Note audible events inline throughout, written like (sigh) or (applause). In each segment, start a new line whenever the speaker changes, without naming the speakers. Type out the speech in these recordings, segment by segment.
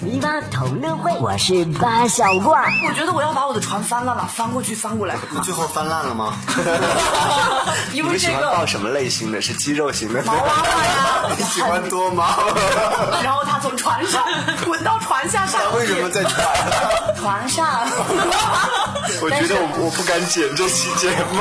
泥巴同乐会，我是八小怪。
我觉得我要把我的船翻烂了，翻过去，翻过来。
你最后翻烂
(laughs)
了吗？
因
你
为
们喜
这
欢
个
抱什么类型的？是肌肉型的？
毛啊娃娃呀
(laughs) 你喜欢多毛？ (laughs)
然后他从船上滚到船下上
他为
去
什么在船？
船上，
我觉得我我不敢剪这期节目。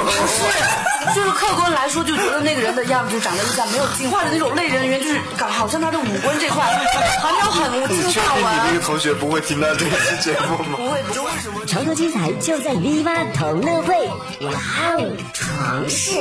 就是客观来说，就觉得那个人的样子就长得一般，没有进化的那种类人猿，就是感好像他的五官这块还没有很
(laughs) 你
进
确
化
定你那
完
个。同学不会听到这期节目
(laughs)
吗？
不会不会，
超多精彩就在泥巴同乐会。哇哦，床事。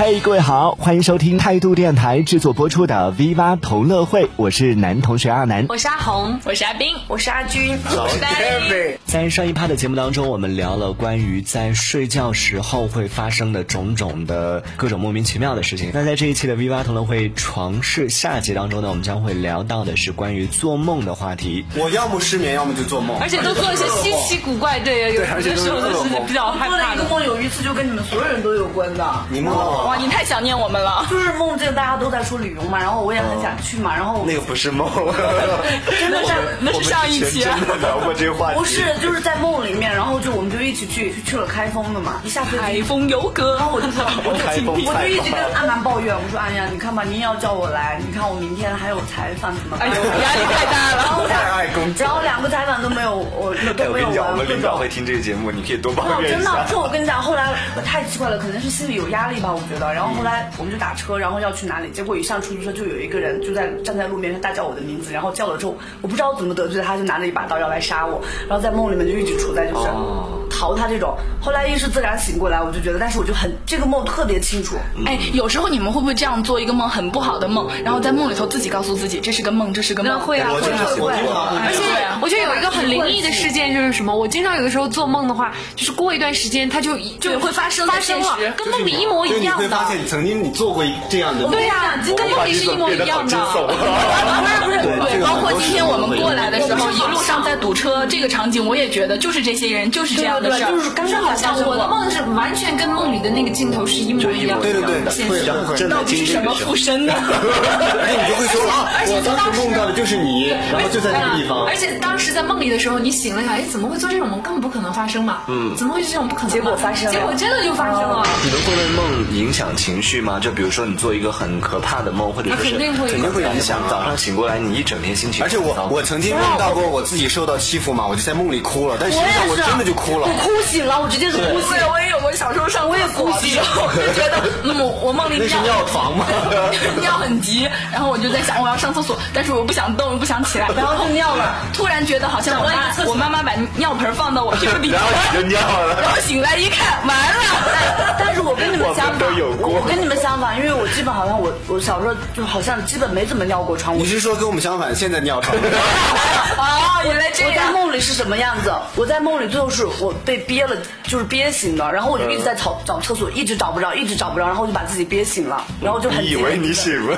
嘿各位好，欢迎收听态度电台制作播出的《V 八同乐会》，我是男同学阿南。
我是阿红，我是阿冰，我是阿军，
啊
Oh,
我是 Barry。
在上一趴的节目当中，我们聊了关于在睡觉时候会发生的种种的各种莫名其妙的事情。那在这一期的 V 八同乐会床事下集当中呢，我们将会聊到的是关于做梦的话题。
我要么失眠，要么就做梦
而且都做一些稀奇古怪，对，有
对而且
的
都是
时候
噩
都是
梦
比较害
做了
怕
一个
的。
梦，有一次就跟你们所有人都有关的。
你梦啊到
哇，你太想念我们了。
就是梦这个大家都在说旅游嘛，然后我也很想去嘛，然后
那个不
(laughs)
是梦，
真的是
那
我
是
们
上一
之
期啊
前真的聊过这个话题。
(laughs) 不是就是在梦里面，然后就我们就一起去去了开封的嘛，一下飞
海
机。
风游歌
然，后我就说，我就
开封
我就
开
一
封
直跟阿南抱怨，我说：“哎呀，你看吧，你也要叫我来，你看我明天还有采访什么的。”
哎呦，压力太大
然后
了。
两
爱工作
然后两个采访都没有，我
哎，
都
我
没有
跟你讲，
完。
我们
各
领导
种
会听这个节目，你可以多抱
哦，
怨
真的
一下，。
这我跟你讲，后来我太奇怪了，可能是心里有压力吧，我觉得。然后后来我们就打车，然后要去哪里，结果一上出租车就有一个人就在站在路边上大叫我的名字，然后叫了之后，我不知道怎么得罪他，就拿着一把刀要来杀我，然后在梦里面就一直处在就是
哦
逃他这种。后来意识自然醒过来，我就觉得，但是我就很这个梦特别清楚，
嗯
哎，有时候你们会不会这样做一个梦很不好的梦，然后在梦里头自己告诉自己这是个梦，这是个梦？
会啊
我
会
就
啊
是我
会
经
啊。
常会
而且
对啊
我觉得有一个很灵异的事件就是什么？我经常有的时候做梦的话，就是过一段时间它就
对
就
会发生在
发生了
现实，
跟梦里一模一样的。
现曾经你做过这样的梦
对呀、跟梦里是一模一样的。
不是
这
对，
个
包括今天啊我们过来的时候，
我们
一路上在堵车，这个场景我也觉得就是这些人，啊就是这样的
对
事儿，
就是刚刚
好
好
像
像
我的梦是完全跟梦里的那个镜头是一模一样的。
对对对，
现
会
实
然后真
到底是什么附身呢？
哎，你就会说啊
而且我当时梦到
的就是你，然后就在
而且当时在梦里的时候，你醒了想，哎，怎么会做这种梦？根本不可能发生嘛。嗯，怎么会是这种不可能？
结果发生了
结果真的就发生
哦
了。
你们会为梦影响情绪吗？就比如说你做一个很可怕的梦，或者
说是肯定会有肯
定会有影响啊
早上醒过来，你一整天心情
而且我我曾经梦到过我自己受到欺负嘛，我就在梦里哭了，但实际上我真的就哭了
我。哭醒了，我直接是哭醒
对，
了。
我也有过小时候上我也哭醒，我就觉得 (laughs) 嗯，我我梦里
那是尿床吗
尿很急，然后我就在想我要上厕所，但是我不想动，不想起来，然后就尿了。突然觉得好像我妈我妈妈把尿盆放到我屁股底下
然，后你就尿了。
然后醒来一看，完了。
但是我跟你们相反，
我们都有过
我跟你们相反，因为我基本好像我我小时候就好像基本没怎么尿过床，我
你是说跟我们相反，现在尿床？ (laughs)
哦，原来这
我在
样。
梦里是什么样子？我在梦里最后是我被憋了，就是憋醒的，然后我就一直在找找厕所，一直找不着，一直找不着，然后我就把自己憋醒了，然后就很
(laughs) 你以为你醒了？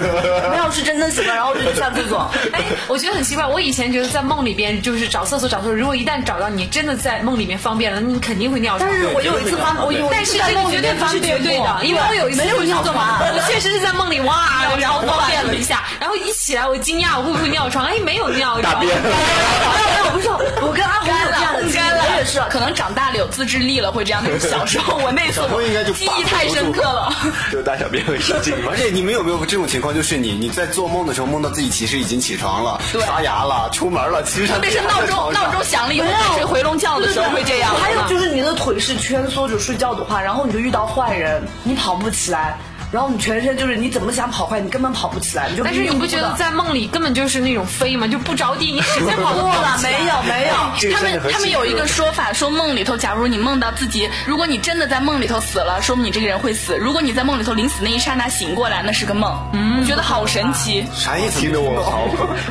没有是真正醒了，然后我就去上厕所。
哎，我觉得很奇怪，我以前觉得在梦里边就是找厕所找厕所，如果一旦找到你真的在梦里面方便了，那你肯定会尿床。
但是我有一次翻，我有
但是这个绝对不是绝对的，因为我有一次
没有
就是
尿
做梦
床，
我 (laughs) 确实是在梦
(laughs)
里哇，然后方便了一下，然后一起来我惊讶我会不会尿床，哎，没有
(laughs)
尿床。
我不是，我跟阿红
干
有
了
这样的，经历
干了，
我也是。
可能长大了有自制力了，会这
(laughs)
样。但是小时候我那次
(laughs) 小时候应该就
记忆太深刻了。
就大小便会失 (laughs) 禁。而且你们有没有这种情况？就是你你在做梦的时候梦到自己其实已经起床了、
对
刷牙了、出门了，其实上
但是闹钟闹钟响了以后，在睡回笼觉的时候会这样。
还有就是你的腿是蜷缩着睡觉的话，然后你就遇到坏人，你跑不起来，然后你全身就是你怎么想跑快，你根本跑不起来，你就
(laughs) 但是你不觉得在梦里根本就是那种飞吗？就不着
(laughs)
地，你使劲跑都
过
跑不
了
起来
没有没有？
他们他们有一个说法，说梦里头，假如你梦到自己，如果你真的在梦里头死了，说明你这个人会死；如果你在梦里头临死那一刹那醒过来，那是个梦。嗯，觉得好神奇。
啥意思？听得 (laughs) 我好，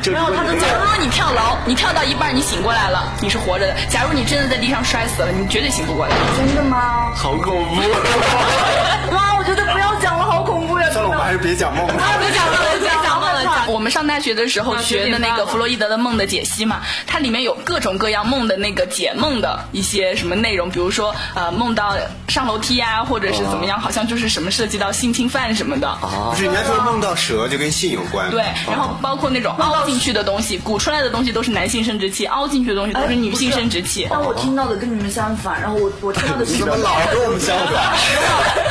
就
没有他们
假如说你跳楼，你跳到一半你醒过来了，你是活着的；假如你真的在地上摔死了，你绝对醒不过来。
真的吗？
(laughs) 好恐
(laughs)
怖。
哇，我觉得不要讲了，好恐怖呀！
算了，我们还是别讲梦了。
别讲了，
别讲了
了，
我们上大学的时候
啊
学的那个弗洛伊德的梦的解析嘛，它里面有各种各样梦的那个解梦的一些什么内容，比如说呃梦到上楼梯啊，或者是怎么样，好像就是什么涉及到性侵犯什么的。
哦
(laughs) 不是人家说梦到蛇就跟性有关，啊
对，然后包括那种凹进去的东西，鼓出来的东西都是男性生殖器，凹进去的东西都是女性生殖器。
但我听到的跟你们相反，然后我我听到的是
你怎
(laughs)
么老跟我们
(laughs)
相反？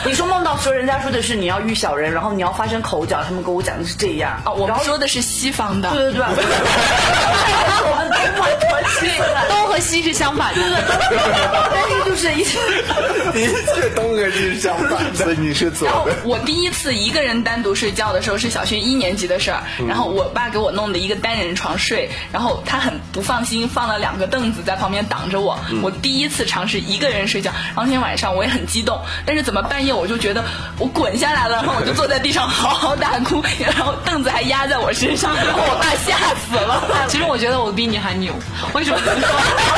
你说梦到蛇，人家说的是你要遇小人，然后你要发生口角，他们跟我讲的是这样。
哦，我
然
们
后
说的是西方的，
对对对，我们都完全气了。
都和西是相反的，
但是就是一直
的确东哥是相反的，所以你是左
然后
的。
我第一次一个人单独睡觉的时候是小学一年级的事儿，然后我爸给我弄的一个单人床睡，然后他很不放心，放了两个凳子在旁边挡着我。我第一次尝试一个人睡觉，然后那天晚上我也很激动，但是怎么半夜我就觉得我滚下来了，然后我就坐在地上嚎啕大哭，然后凳子还压在我身上，然后我爸吓死
(laughs)
了。
其实我觉得我比你还牛，为什么这么说？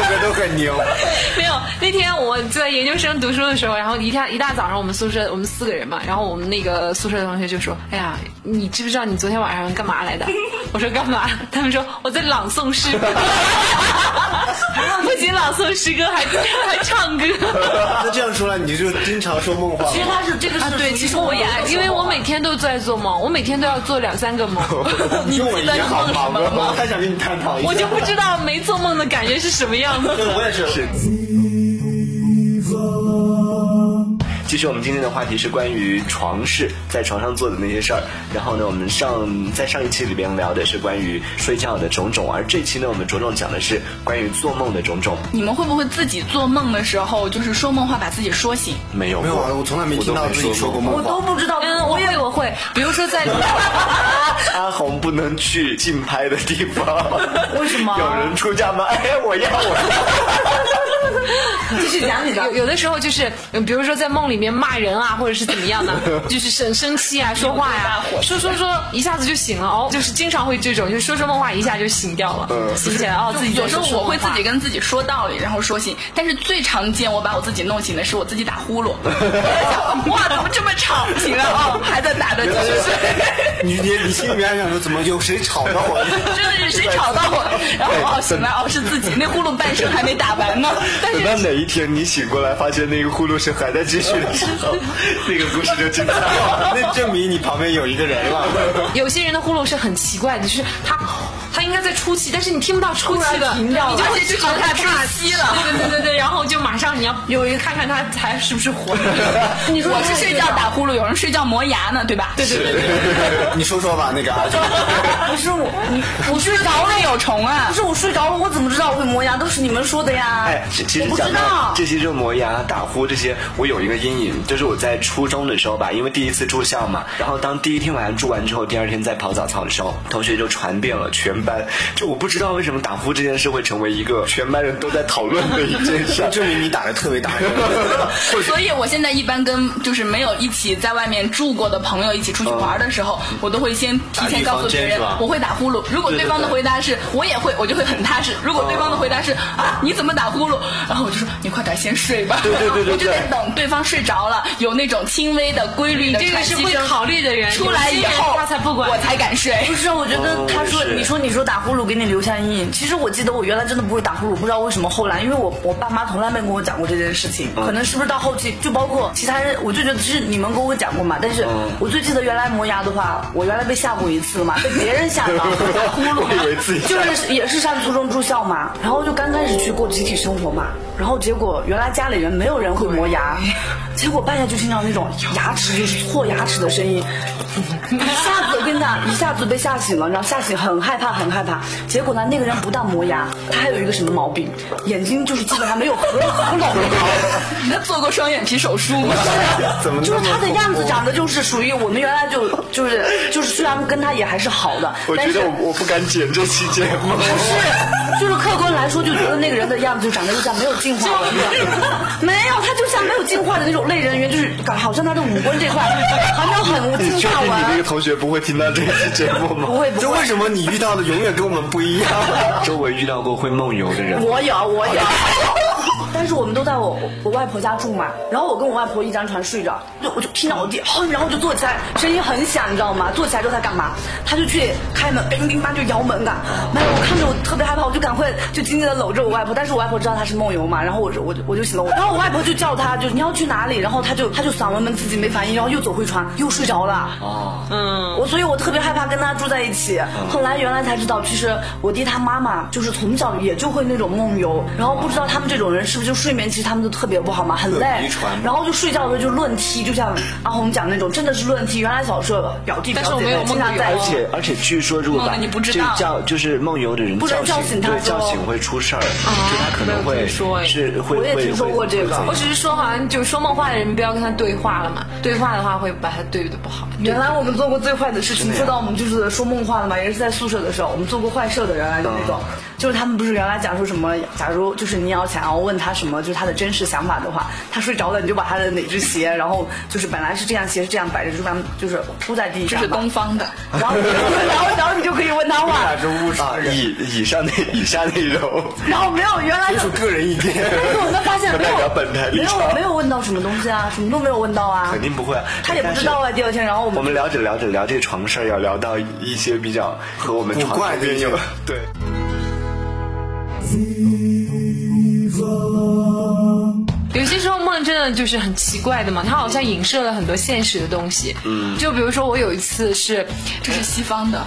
各个都很牛，
(laughs) 没有，那天我在研究生读书的时候，然后一天一大早上，我们宿舍我们四个人嘛，然后我们那个宿舍的同学就说：“哎呀，你知不知道你昨天晚上干嘛来的？” (laughs) 我说：“干嘛？”他们说：“我在朗诵诗歌。” (laughs) 不仅朗诵诗歌，还还唱歌。
(laughs)
啊
那这样说来，你就经常说
(laughs)
梦话
其实他是这个是
对，其实我也爱，因为我每天都在做梦，我每天都要做两三个梦，
吗？你 (laughs) 跟我一样好忙吗？ (laughs) 我还想跟你探讨一下。
我就不知道没做梦的感觉是什么样子。
我也是。
其实我们今天的话题是关于床事，在床上做的那些事儿。然后呢，我们上在上一期里边聊的是关于睡觉的种种，而这期呢，我们着重讲的是关于做梦的种种。
你们会不会自己做梦的时候，就是说梦话把自己说醒？
没有
没有啊，
过
我从来没听到自己说过。
我
梦
都
话。
不知道，
嗯，我会我会，比如说在。
阿红不能去竞拍的地方， (laughs)
为什么
有人出价吗？哎，我要我
继续讲你的
有。有的时候就是，嗯比如说在梦里面骂人啊，或者是怎么样的，就是生生气啊，说话呀、说说说一下子就醒了哦，就是经常会这种，就说说梦话一下就醒掉了，醒起来哦，自己
有时候
在说
我会
梦
自
话
己跟自己说道理，然后说醒。但是最常见我把我自己弄醒的是我自己打呼噜。我在想哇，怎么这么吵？醒了哦，还在打着，继续睡。
你你你心里面还想说，怎么有谁吵到我？
真的是谁吵到我？然后哦，醒来哦是自己，那呼噜半声还没打完呢。但
等到
是
哪一天你醒过来，发现那个呼噜声还在继续的时候，那个故事就精彩了。
那证明你旁边有一个人了。
有些人的呼噜是很奇怪的，就是他他应该在出气，但是你听不到出气的，
停掉了
你就会觉得他
窒息了
对对对对对，然后就马上你要有一个看看他还是不是活着。
你 (laughs) 说我是睡觉打呼噜，有人睡觉磨牙呢，对吧？对对对，
你说说吧，那个阿朱。
不是我，你
我睡着了有虫啊
不。是我睡着了，我怎么知道我会磨牙？都是你们说的呀。
哎，其其实
我不
讲
知
到
道。
这些热磨牙、打呼这些，我有一个阴影，就是我在初中的时候吧，因为第一次住校嘛，然后当第一天晚上住完之后，第二天在跑早操的时候，同学就传遍了全班，就我不知道为什么打呼这件事会成为一个全班人都在讨论的一件事
(laughs)
这
儿。
证明你打的特别打人。
所以我现在一般跟就是没有一起在外面住过的朋友一起出去玩的时候，我都会先提前告诉别
哦打预防针
人
是吧
我会打呼噜。如果对方的回答是我也会，我就会很踏
哦
实；如果对方的回答是啊你怎么打呼噜，然后我就说你快点先睡吧。
对对对对
我就在等对方睡着了，有那种轻微的规律的
这个是
喘息
会
声
考虑的人，
出来以
有些人
后，
他才不管
我才敢睡。
(laughs)
(laughs)
不是，啊我觉得他说，
哦我也是
你说你说打呼噜给你留下阴影。其实我记得我原来真的不会打呼噜，不知道为什么后来，因为我我爸妈从来没跟我讲过这件事
嗯
情，可能是不是到后期，就包括其他人，我就觉得是你们跟我讲过嘛。但是
嗯
我最记得原来磨牙的话，我原来被吓过一次嘛，被别人吓到打呼噜，
(laughs) 我以为自己吓
就是也是上初中住校嘛，然后就刚开始去过集体生活嘛，然后结果原来家里人没有人会磨牙，结果半夜就听到那种牙齿就是搓牙齿的声音，一下子我跟你讲，一下子被吓醒了，然后吓醒很害怕很害怕。结果呢，那个人不但磨牙，他还有一个什么毛病，眼睛就是基本上没有合合拢。
你那做过双眼皮手
(laughs)
术吗？
怎么那么
就是他的样子
恐怖啊
长得就是属于我们原来就就是就是虽然跟他也还是好的，
我
但
觉
是
得我我不敢剪这期节
(laughs)
目。
不是，就是客观来说，就觉得那个人的样子就长得就像没有进化了一
(laughs)
样，没有，他就像没有进化的那种类人猿，就是感好像他的五官这块还没有很
你
进
确
化
定你那
完
个。同学不会听到这期节目吗？
不会不
这
会
为，什么你遇
(laughs)
到的永远跟我们不一样？
周围遇到过会梦游的人吗。
我有我有，但是我们都在我我我外婆家住嘛，然后我跟我外婆一张床睡着，就我就听到我弟哼，然后我就坐起来，声音很响，你知道吗？坐起来之后他干嘛？他就去开门，叮叮吧就摇门啊，妈呀！我看着我特别害怕，我就赶快就紧紧的搂着我外婆，但是我外婆知道她是梦游嘛，然后我就我就我就醒了，然后我外婆就叫他，就你要去哪里？然后他就他就嗓门闷自己没反应，然后又走回床，又睡着了。我所以，我特别害怕跟他住在一起。后来原来才知道，其实我弟他妈妈就是从小也就会那种梦游，然后不知道他们这种人是不是就睡眠，其实他们都特别不好嘛，很累
对遗传嘛。
然后就睡觉的时候就论踢，就像阿红讲那种，真的是论踢。原来小时候表弟表
但是我
姐
没有
妹经常
梦游
在一
哦
而
起。
且而且，据说如果
哦
把
梦得你不知
这个
道
叫就是梦游的人
不能
叫
叫醒
醒，
他
对，
说哦
叫醒会出事儿，就他可能
没有
会
听说哎
是会
我也
会
听说
会
过这
会
个
怎
我
样
只是说，好像就是说梦话的人不要跟他对话了嘛，对话的话会把他对的不好。对
原来我们做过最坏的事情，说到我们就是说梦话了嘛，也是在宿舍的时候，我们做过坏事的，原来就那种，就是他们不是原来讲说什么，假如就是你要想要问他什么，就是他的真实想法的话，他睡着了，你就把他的哪只鞋，然后就是本来是这样鞋是这样摆着，就把它就是铺在地
这
上
是
嘛，
东方的，
然后然后然后你就可以问他话，
是误杀
啊
人，以以上
(laughs)
内以下内容，
然后没有原来
纯
的
属个人意见，
我们发现
不
没
代表
有
本台立
没
场
有，没有问到什么东西啊，什么都没有问到啊，
肯定不会啊，
他也不知道啊，第二天然后我
我
们
们聊着聊着聊这个床事儿，要聊到一些比较和我们
古
床
怪的
边
一
有
些
(laughs) 对。
有些时候梦真的就是很奇怪的嘛，它好像影射了很多现实的东西。嗯，就比如说我有一次是，
这是西方的。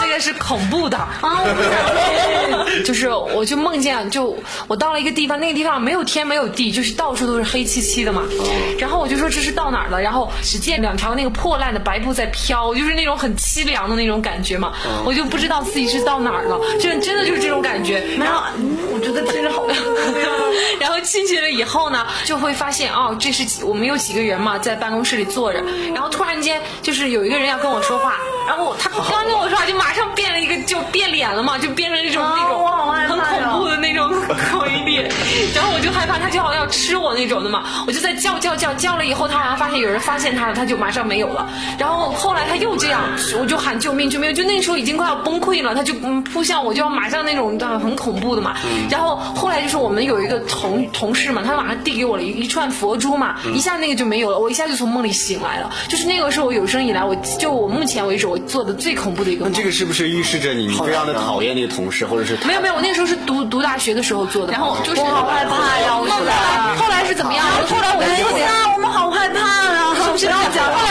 这个是恐怖的啊，
哦
我不想 (laughs) 就是我就梦见就我到了一个地方，那个地方没有天没有地，就是到处都是黑漆漆的嘛。
哦
然后我就说这是到哪儿了，然后只见两条那个破烂的白布在飘，就是那种很凄凉的那种感觉嘛。
哦
我就不知道自己是到哪儿了，就真的就是这种感觉。
没有，嗯我觉得听着
(laughs)
好无聊。
然后进去了以后呢，就会发现哦，这是几我们有几个人嘛，在办公室里坐着，然后突然间就是有一个人要跟我说话，然后我他刚跟我说话就马上变了一个就变脸了嘛，就变成那种、
啊
那种
我好害怕
很
呀
恐怖的那种口音脸，然后我就害怕他就好像要吃我那种的嘛，我就在叫叫叫叫了以后，他好像发现有人发现他了，他就马上没有了，然后后来他又这样，我就喊救命救命，就那时候已经快要崩溃了，他就嗯扑向我，就要马上那种呃很恐怖的嘛，
嗯
然后后来就是我们有一个同同事嘛，他马上递给我了一一串佛珠嘛，
嗯
一下那个就没有了，我一下就从梦里醒来了，就是那个是我有生以来我就我目前为止我做的最恐怖的一个梦
这。个是不是预示着你你非常的讨厌那个同事，或者是他
没有没有，我那时候是读读大学的时候做的，
然后哦就是
我好害怕呀！我后来后来是怎么样？后来我就有点，
哎我们好害怕啊！
是不是？后来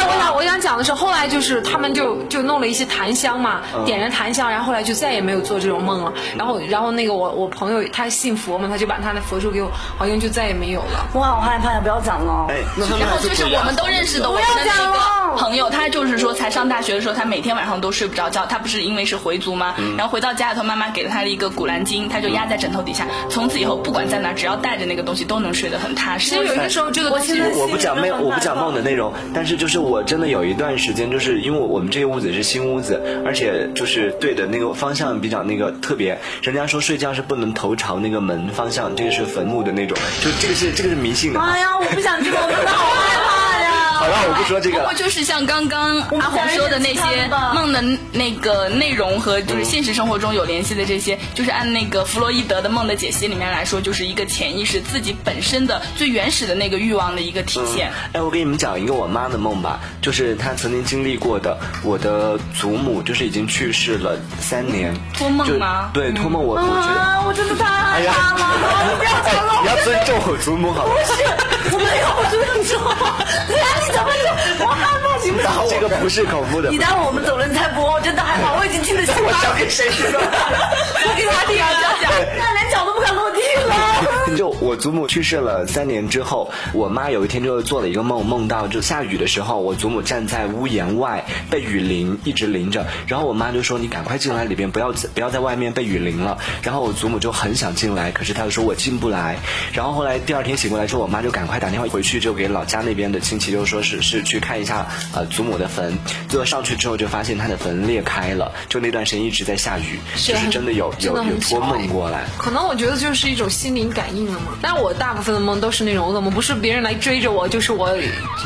我想我想讲的是，后来就是他们就就弄了一些檀香嘛，
嗯
点燃檀香，然后后来就再也没有做这种梦了。然后然后那个我我朋友他信佛嘛，他就把他的佛珠给我，好像就再也没有了。
我好害怕呀，不要讲了。
哎，那他们
然后
还
就是
不一
我
样
们都认识的，我
不
们
要
的
讲
那
了
个朋友，他就是说才上大学的时候，他每天晚上都睡不着觉，他不是因为是回族吗？然后回到家里头，妈妈给了他一个古兰经，他就压在枕头底下，从此以后不管在哪儿，只要带着那个东西都能睡得很踏实。
其实有些时候这个东西
我现在
(laughs) 我不讲没有，
心里
我
都很
不讲
害怕
梦的内容，但是就是我真的有一段时间，就是因为我们这个屋子是新屋子，而且就是对的那个方向比较那个特别，人家说睡觉是不能头朝那个门方向，这个是坟墓的那种，就这个是这个是迷信的。啊
妈哎呀，我不想这个，我真的好害怕呀！
好了，我不说这个
包
了
括。就是像刚刚阿红说的那些梦的那个内容和就是现实生活中有联系的这些，就是按那个弗洛伊德的梦的解析里面来说，就是一个潜意识自己本身的最原始的那个欲望的一个体现。
哎，我给你们讲一个我妈的梦吧，就是她曾经经历过的。我的祖母就是已经去世了三年，
托梦
就
吗
对，托梦我我觉得，
啊，我真的太害怕了，你不要
哎
讲 (laughs) 了，，
你要尊重我祖母好吗？
我没有，我尊重。哎呀，你怎么这？我害怕行不行？
这个不是恐怖的
你，待会儿我们走了你再播，我真的害怕，我已经听得心烦。我给谁说？我给他听啊，那连脚都不敢落地了。
就我祖母去世了三年之后，我妈有一天就做了一个梦，梦到就下雨的时候，我祖母站在屋檐外被雨淋，一直淋着。然后我妈就说：“你赶快进来里边，不要不要在外面被雨淋了。”然后我祖母就很想进来，可是她就说我进不来。然后后来第二天醒过来之后，我妈就赶快打电话回去，就给老家那边的亲戚就说是是去看一下呃祖母的坟。最后上去之后就发现她的坟裂开了，就那段时间一直在下雨，就是真的有
真
有
的
有
很
托
巧哎
梦过来。
可能我觉得就是一种心灵感应梦了吗？但我大部分的梦都是那种噩梦，不是别人来追着我，就是我，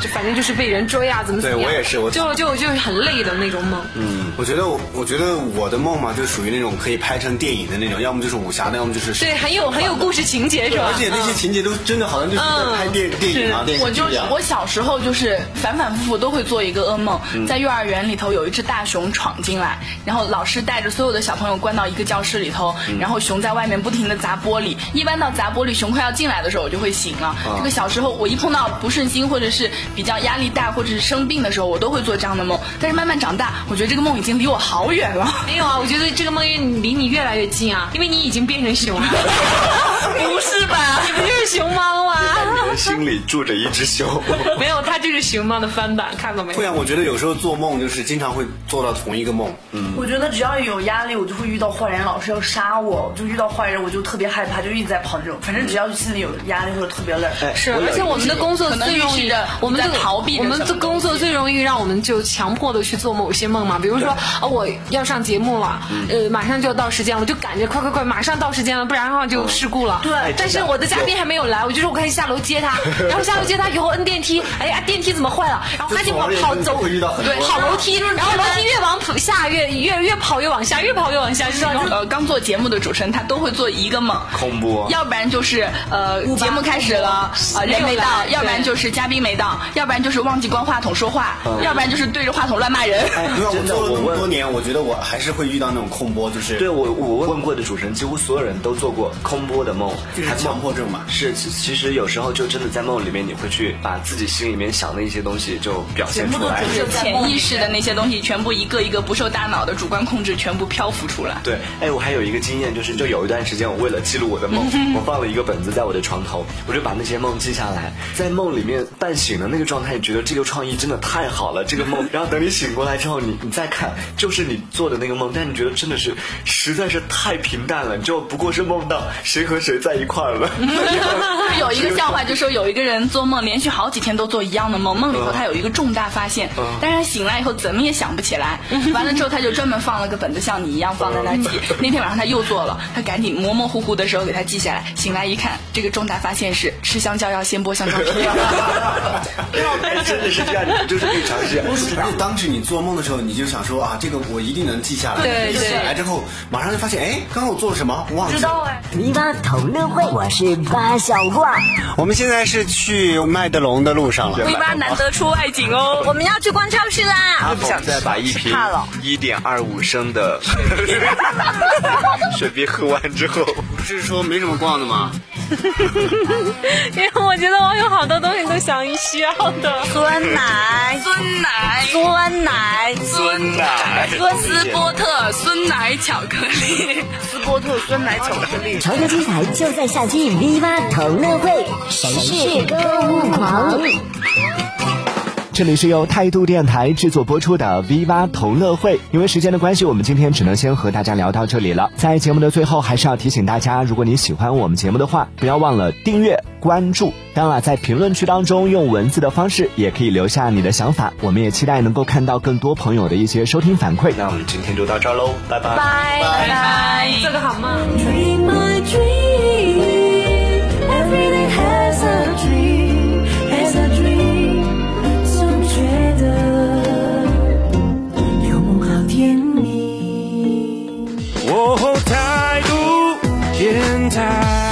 就反正就是被人追啊，怎么怎么样。
对我也是我
就就就是很累的那种梦。
嗯，我觉得我我觉得我的梦嘛，就属于那种可以拍成电影的那种，要么就是武侠的，要么就是
对，很有很有故事情节是吧？
而且那些
嗯
情节都真的好像就是在拍电、电影啊，电视
我
剧
嗯就是
啊。
我小时候就是反反复复都会做一个噩梦，在幼儿园里头有一只大熊闯进来，然后老师带着所有的小朋友关到一个教室里头，然后熊在外面不停的砸玻璃，一般到砸玻璃熊快要进来的时候我就会醒了。这个小时候我一碰到不顺心或者是比较压力大或者是生病的时候，我都会做这样的梦。但是慢慢长大，我觉得这个梦已经离我好远了。
没有啊，我觉得这个梦越离你越来越近啊，因为你已经变成熊了。
不是吧？
(laughs) 你不就是熊猫啊吗？
你的心里住着一只熊。
(laughs)
(laughs)
没有，它就是熊猫的翻版，看过没？
会啊，我觉得有时候做梦就是经常会做到同一个梦。嗯，
我觉得只要有压力，我就会遇到坏人，老是要杀我，就遇到坏人我就特别害怕，就一直在跑这种。反正只要心里有压力或者特别累，
是，而且我们的工作
可能
最容
预示
易
着，
我们
你
的
在逃避着
我们
什么
的工作
东西
最容易让我们就强迫的去做某些梦嘛，比如说啊，我要上节目了，呃，马上就要到时间了，我就赶着快快快，马上到时间了，不然的话就事故了。
对
但是我的嘉宾还没有来，我就说我赶紧下楼接他，然后下楼接他以后摁电梯，哎呀，电梯怎么坏了？然后赶紧往
就从
跑
这个
走，
会遇到很多
对，跑楼梯，然后楼梯越往下越越越跑越往下，越跑越往下，啊就是那
(laughs)
种
呃，刚做节目的主持人，他都会做一个梦，
恐怖
要不然就是呃，节目开始了啊、人没到
没有来；
要不然就是嘉宾没到；要不然就是忘记关话筒说话；要不然就是对着话筒乱骂人。
哎，对啊，我
真的
做了那
我
么
问
多年，我觉得我还是会遇到那种空播，就是
对我我问过的主持人，几乎所有人都做过空播的梦，
就是
还梦
强迫症嘛
是，其其实有时候就真的在梦里面，你会去把自己心里面想的一些东西就表现出来
全部。都
就潜意识的那些东西，全部一个一个不受大脑的主观控制，全部漂浮出来。
对，哎，我还有一个经验，就是就有一段时间，我为了记录我的梦，我放了一个本子在我的床头，我就把那些梦记下来，在梦里面半醒的那个状态，觉得这个创意真的太好了，这个梦。然后等你醒过来之后，你你再看，就是你做的那个梦，但你觉得真的是实在是太平淡了，你就不过是梦到谁和谁在一块儿了。
就是 (laughs) 有一个笑话，就说有一个人做梦，连续好几天都做一样的梦，梦里头他有一个重大发现，但是他醒来以后怎么也想不起 (laughs) 来。完了之后，他就专门放了个本子，像你一样放在那 (laughs) 儿记。那天晚上他又做了，他赶紧模模糊糊的时候给他记下来。醒来一看，这个重大发现是吃香蕉要先剥香蕉皮。 (laughs)
哎，真的是这样，你就是可以尝试。
而且当时你做梦的时候，你就想说啊，这个我一定能记下来。
对
就
对
醒来之后，马上就发现，哎，刚刚我做了什么？忘记
知
了。
道哎。
V 八同乐会，我是八小挂。
我们现在是去麦德龙的路上了。
V 八难得出外 (laughs) 景哦，
我们要去逛超市啦！
阿宝再把一瓶
怕了
一点二五升的 (laughs) 水啤喝完之后，
不是说没什么逛的吗？
因为哎我觉得我有好多东西都想需要的，酸奶、
孙奶。
酸奶、
孙奶
斯波特酸奶巧克力，斯波特酸奶巧克力。
潮歌机台就在夏季 V 八同乐会，谁是购物狂？
这里是由态度电台制作播出的 V 八同乐会。因为时间的关系，我们今天只能先和大家聊到这里了。在节目的最后，还是要提醒大家，如果你喜欢我们节目的话，不要忘了订阅、关注。当然了，在评论区当中用文字的方式也可以留下你的想法，我们也期待能够看到更多朋友的一些收听反馈。那我们今天就到这儿喽，拜拜。
拜拜。
(laughs) 做个好梦。
Dream my dream. Every day has a dream, has a dream。总觉得有梦好甜蜜。
哦，态度电台。